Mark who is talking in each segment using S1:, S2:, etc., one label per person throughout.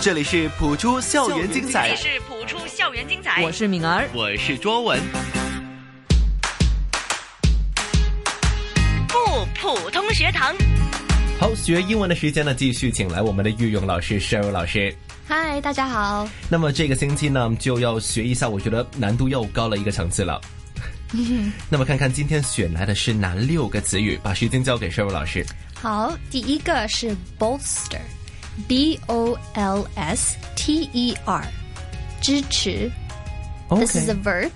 S1: 这里是普出校园精
S2: 这
S1: 彩
S2: 里，是普出校园精彩，
S3: 我是敏儿，
S1: 我是卓文。
S2: 不普通学堂。
S1: 好，学英文的时间呢，继续请来我们的御用老师 Sheryl 老师。
S4: 嗨，大家好。
S1: 那么这个星期呢，我们就要学一下，我觉得难度又高了一个层次 了。那么看看今天选来的是哪六个词语？把时间交给 Sheryl 老师。
S4: 好，第一个是 bolster，b o l s t e r，支持。This is a verb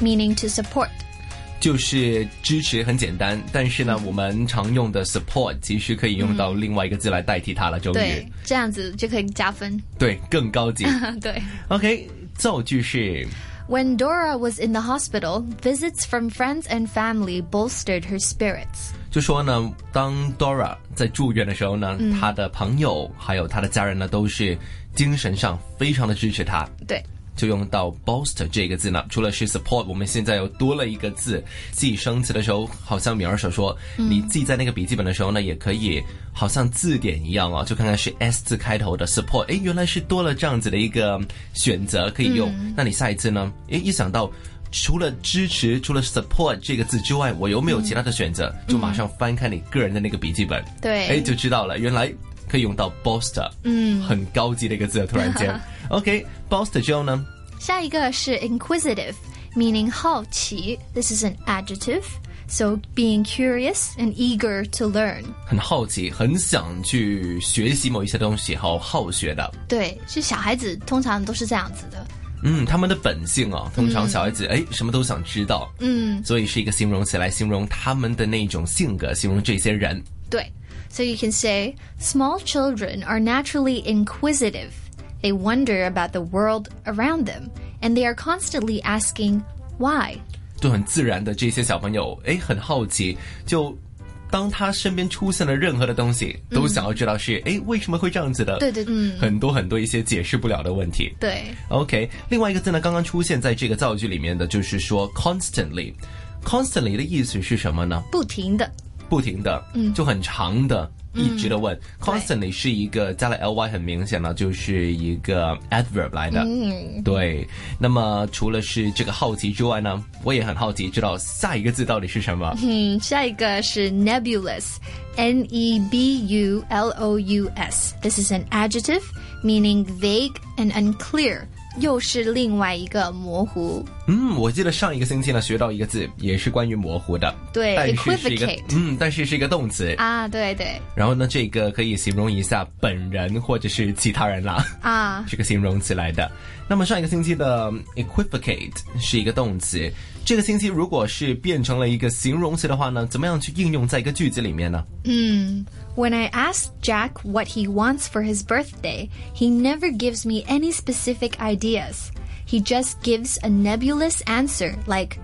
S4: meaning to support。
S1: 就是支持很简单，但是呢，我们常用的 support 其实可以用到另外一个字来代替它了。终于
S4: 嗯对，，这样子就可以加分。
S1: 对，更高级。
S4: 对。
S1: OK，造句是
S4: When Dora was in the hospital, visits from friends and family bolstered her spirits.
S1: 就说呢，当 Dora 在住院的时候呢，她的朋友还有她的家人呢，都是精神上非常的支持她。
S4: 对，
S1: 就用到 boost 这个字呢，除了是 support，我们现在又多了一个字。记生词的时候，好像敏儿所说，你记在那个笔记本的时候呢，也可以好像字典一样啊，就看看是 s 字开头的 support，诶，原来是多了这样子的一个选择可以用。那你下一次呢？诶，一想到。除了支持，除了 support 这个字之外，我有没有其他的选择？就马上翻开你个人的那个笔记本，
S4: 对
S1: 诶，哎就知道了。原来可以用到 booster，嗯，很高级的一个字啊，突然 间。OK，booster、之后呢，
S4: 下一个是 inquisitive, meaning 好奇. This is an adjective, so being curious and eager to learn.
S1: 很好奇，很想去学习某一些东西，好好学的。
S4: 对，是小孩子通常都是这样子的。
S1: 嗯，他们的本性哦，通常小孩子哎、什么都想知道，
S4: 嗯，
S1: 所以是一个形容词来形容他们的那种性格，形容这些人。
S4: 对。So you can say small children are naturally inquisitive. They wonder about the world around them, and they are constantly asking why.
S1: 就很自然的这些小朋友，哎，很好奇，就当他身边出现了任何的东西，都想要知道是哎、为什么会这样子的。
S4: 对对嗯
S1: 很多很多一些解释不了的问题。
S4: 对，
S1: OK，另外一个字呢，刚刚出现在这个造句里面的，就是说 constantly。constantly 的意思是什么呢？
S4: 不停的。
S1: 不停的，嗯，就很长的，一直的
S4: 嗯
S1: 问。constantly 是一个加了 ly，很明显了，就是一个 adverb 来的。嗯，对。那么除了是这个好奇之外呢，我也很好奇，知道下一个字到底是什么。
S4: 嗯，下一个是 nebulous，n e b u l o u s。This is an adjective meaning vague and unclear，又是另外一个模糊。
S1: 嗯，我记得上一个星期呢学到一个字，也是关于模糊的。
S4: 对
S1: 但是是一个
S4: equivocate
S1: 嗯，但是是一个动词。
S4: 啊，对对
S1: 然后呢，这个可以形容一下本人或者是其他人啦。
S4: 啊，
S1: 是个形容词来的。那么上一个星期的嗯 equivocate 是一个动词，这个星期如果是变成了一个形容词的话呢，怎么样去应用在一个句子里面呢？
S4: When I ask Jack what he wants for his birthday, he never gives me any specific ideas. He just gives a nebulous answer, like,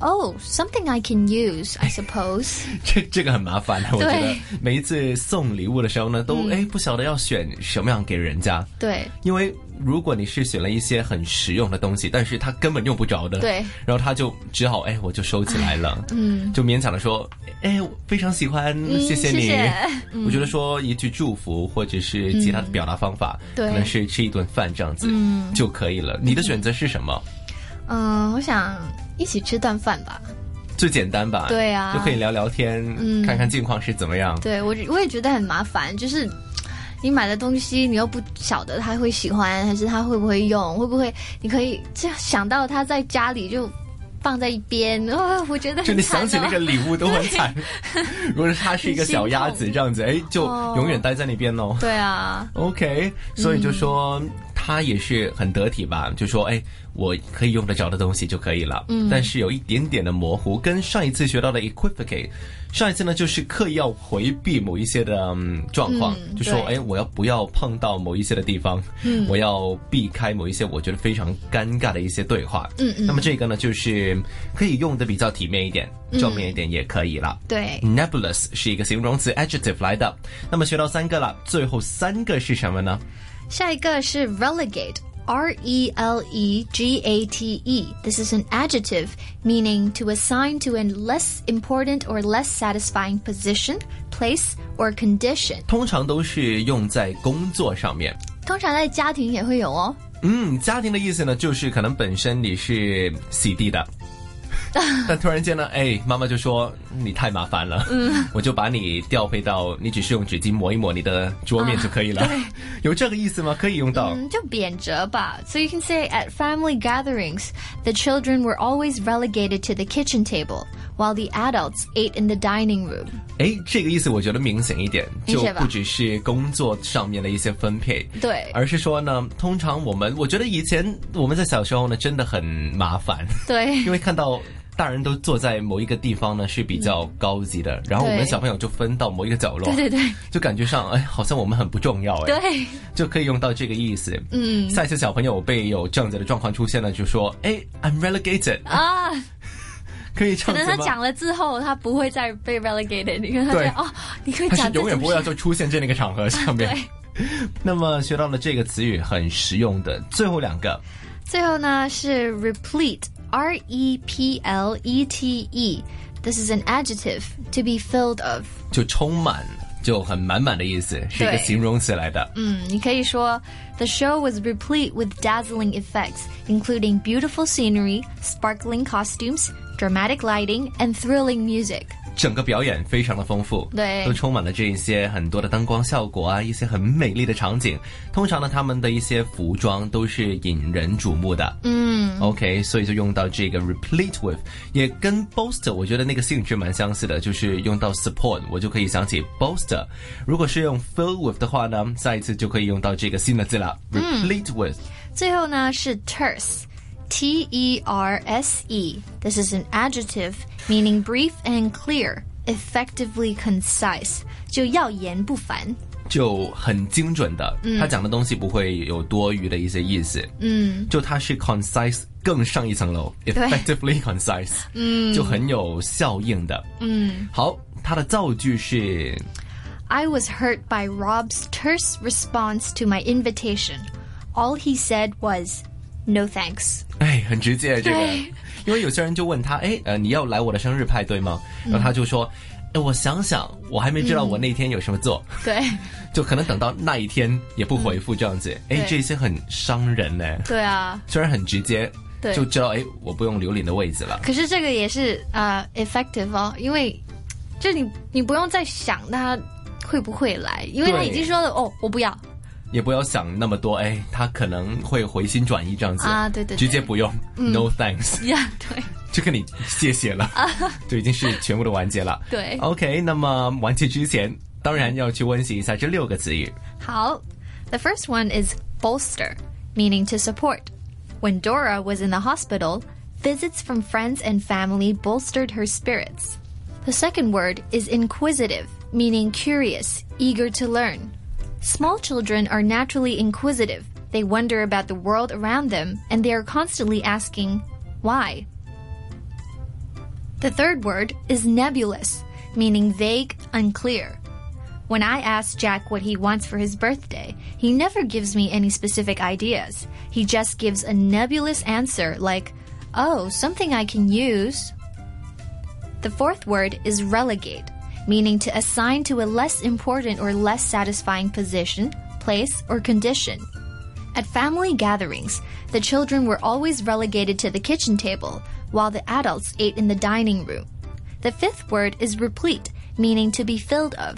S4: oh, something I can use, I suppose.
S1: 这这个很麻烦，啊我觉得
S4: 对嗯
S1: 每一次送礼物的时候呢，都哎不晓得要选什么样给人家。
S4: 对
S1: 因为如果你是选了一些很实用的东西，但是他根本用不着的，
S4: 对，
S1: 然后他就只好哎，我就收起来 了，嗯，就勉强的说，哎，我非常喜欢，谢你。
S4: 嗯谢谢
S1: 我觉得说一句祝福或者是其他的表达方法，
S4: 嗯对
S1: 可能是吃一顿饭这样子、嗯、就可以了。你的选择是什么？
S4: 嗯，我想一起吃顿饭吧。
S1: 最简单吧，
S4: 对啊嗯
S1: 就可以聊聊天，看看近况是怎么样。
S4: 对我我也觉得很麻烦，就是你买的东西，你又不晓得他会喜欢，还是他会不会用，会不会你可以这样想到他在家里就放在一边，哦，我觉得
S1: 就
S4: 很
S1: 你
S4: 惨
S1: 想起那个
S4: 哦
S1: 礼物都很惨， 如果是他是一个小鸭子这样子，哎，就
S4: 哦
S1: 永远待在那边喽。
S4: 对啊，
S1: OK，所以就说、他也是很得体吧，就说哎，我可以用得着的东西就可以了。嗯，但是有一点点的模糊，跟上一次学到的 equivocate，上一次呢就是刻意要回避某一些的、嗯状况，
S4: 嗯
S1: 就说
S4: 对
S1: 哎，我要不要碰到某一些的地方，嗯、 我要避开某一些我觉得非常尴尬的一些对话。嗯嗯，那么这个呢就是可以用的比较体面一点，正面一点也可以了。
S4: 对，
S1: Nebulous 是一个形容词 adjective 来的。那么学到三个了，最后三个是什么呢？
S4: 下一个是 relegate。R E L E G A T E. This is an adjective meaning to assign to a less important or less satisfying position, place, or condition.
S1: 通常都是用在工作上面，
S4: 通常在家庭也会有哦。
S1: 嗯，家庭的意思呢，就是可能本身你是洗地 的。但突然间呢，哎，妈妈就说你太麻烦了，嗯， 我就把你调回到你只是用纸巾抹一抹你的桌面就可以了， 有这个意思吗？可以用到，
S4: 嗯 So you can say at family gatherings, the children were always relegated to the kitchen table, while the adults ate in the dining room.
S1: 哎，这个意思我觉得明显一点，
S4: 明
S1: 就
S4: 显吧
S1: 不只是工作上面的一些分配，
S4: 对
S1: 而是说呢，通常我们我觉得以前我们在小时候呢真的很麻烦，
S4: 对。
S1: 因为看到大人都坐在某一个地方呢是比较高级的，然后我们
S4: 对
S1: 小朋友就分到某一个角落，
S4: 对对对
S1: 就感觉上哎好像我们很不重要哎，
S4: 对，
S1: 就可以用到这个意思。嗯，下一次小朋友被有这样子的状况出现了，就说哎，I'm relegated，
S4: 啊，
S1: 可以这
S4: 可能
S1: 样
S4: 他
S1: 子吗
S4: 讲？了之后，他不会再被 relegated，因为他觉
S1: 对
S4: 得哦，你会
S1: 他
S4: 讲
S1: 是
S4: 这
S1: 永远
S4: 种
S1: 不会要
S4: 事，
S1: 就出现在那个场合上面。 那么学到了这个词语很实用的最后两个，
S4: 最后呢是 replete，R E P L E T E，this is an adjective to be filled of。
S1: 就充满，就很满满的意思，是一个
S4: 对
S1: 形容词来的。
S4: 嗯，你可以说 The show was replete with dazzling effects, including beautiful scenery, sparkling costumes, dramatic lighting, and thrilling music.
S1: 整个表演非常的丰富，
S4: 对
S1: 都充满了这一些很多的灯光效果啊，一些很美丽的场景。通常呢，他们的一些服装都是引人瞩目的。嗯，OK，所以就用到这个 replete with，也跟 bolster 我觉得那个性质蛮相似的，就是用到 support，我就可以想起 bolster。如果是用 fill with 的话呢，下一次就可以用到这个新的字了，replete with。
S4: 最后呢是 terse, T E R S E. This is an adjective meaning brief and clear, effectively concise. 就要言不烦。
S1: 就很精准的，他讲的东西不会有多余的一些意思。嗯，就它是 concise 更上一层楼，effectively concise，嗯，就很有效应的。嗯，好，它的造句是
S4: I was hurt by Rob's terse response to my invitation. All he said was, "No thanks."
S1: 哎，很直接这个
S4: 对，
S1: 因为有些人就问他，哎，呃，你要来我的生日派对吗？然后他就说，哎，我想想，我还没知道我那天有什么做，
S4: 对。
S1: 就可能等到那一天也不回复这样子，哎
S4: 对，
S1: 这些很伤人呢、
S4: 对啊，
S1: 虽然很直接，
S4: 对
S1: 就知道哎，我不用留你的位置了。
S4: 可是这个也是呃 effective 哦，因为就你你不用再想他会不会来，因为他
S1: 对
S4: 已经说了哦，我不要。
S1: 也不要想那么多，哎，他可能会回心转意这样子
S4: 啊对对对嗯
S1: 直接不用、n o thanks，
S4: 呀、对，
S1: 就跟你谢谢了， 就已经是全部的完结了。
S4: 啊对
S1: ，OK，那么完结之前，当然要去温习一下这六个词语。
S4: 好。The first one is bolster, meaning to support. When Dora was in the hospital, visits from friends and family bolstered her spirits. The second word is inquisitive, meaning curious, eager to learn. Small children are naturally inquisitive. They wonder about the world around them and they are constantly asking, why? The third word is nebulous, meaning vague, unclear. When I ask Jack what he wants for his birthday, he never gives me any specific ideas. He just gives a nebulous answer like, oh, something I can use. The fourth word is relegate, meaning to assign to a less important or less satisfying position, place, or condition. At family gatherings, the children were always relegated to the kitchen table, while the adults ate in the dining room. The fifth word is replete, meaning to be filled of.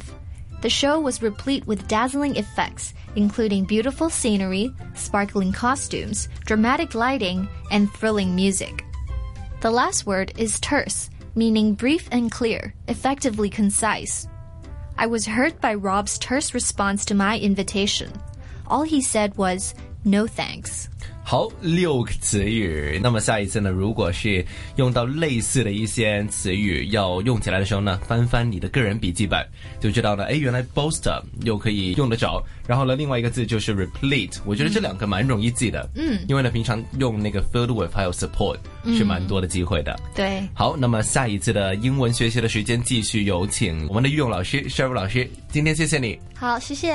S4: The show was replete with dazzling effects, including beautiful scenery, sparkling costumes, dramatic lighting, and thrilling music. The last word is terse, meaning brief and clear, effectively concise. I was hurt by Rob's terse response to my invitation. All he said was, no thanks.
S1: 好，六个词语。那么下一次呢，如果是用到类似的一些词语要用起来的时候呢，翻翻你的个人笔记本，就知道了。哎，原来 bolster 又可以用得着。然后呢，另外一个字就是 replete，我觉得这两个蛮容易记的。嗯，因为呢，平常用那个 filled with 还有 support 是蛮多的机会的。
S4: 对。
S1: 好，那么下一次的英文学习的时间继续有请我们的御用老师 Sherry 老师。今天谢谢你。
S4: 好，谢谢。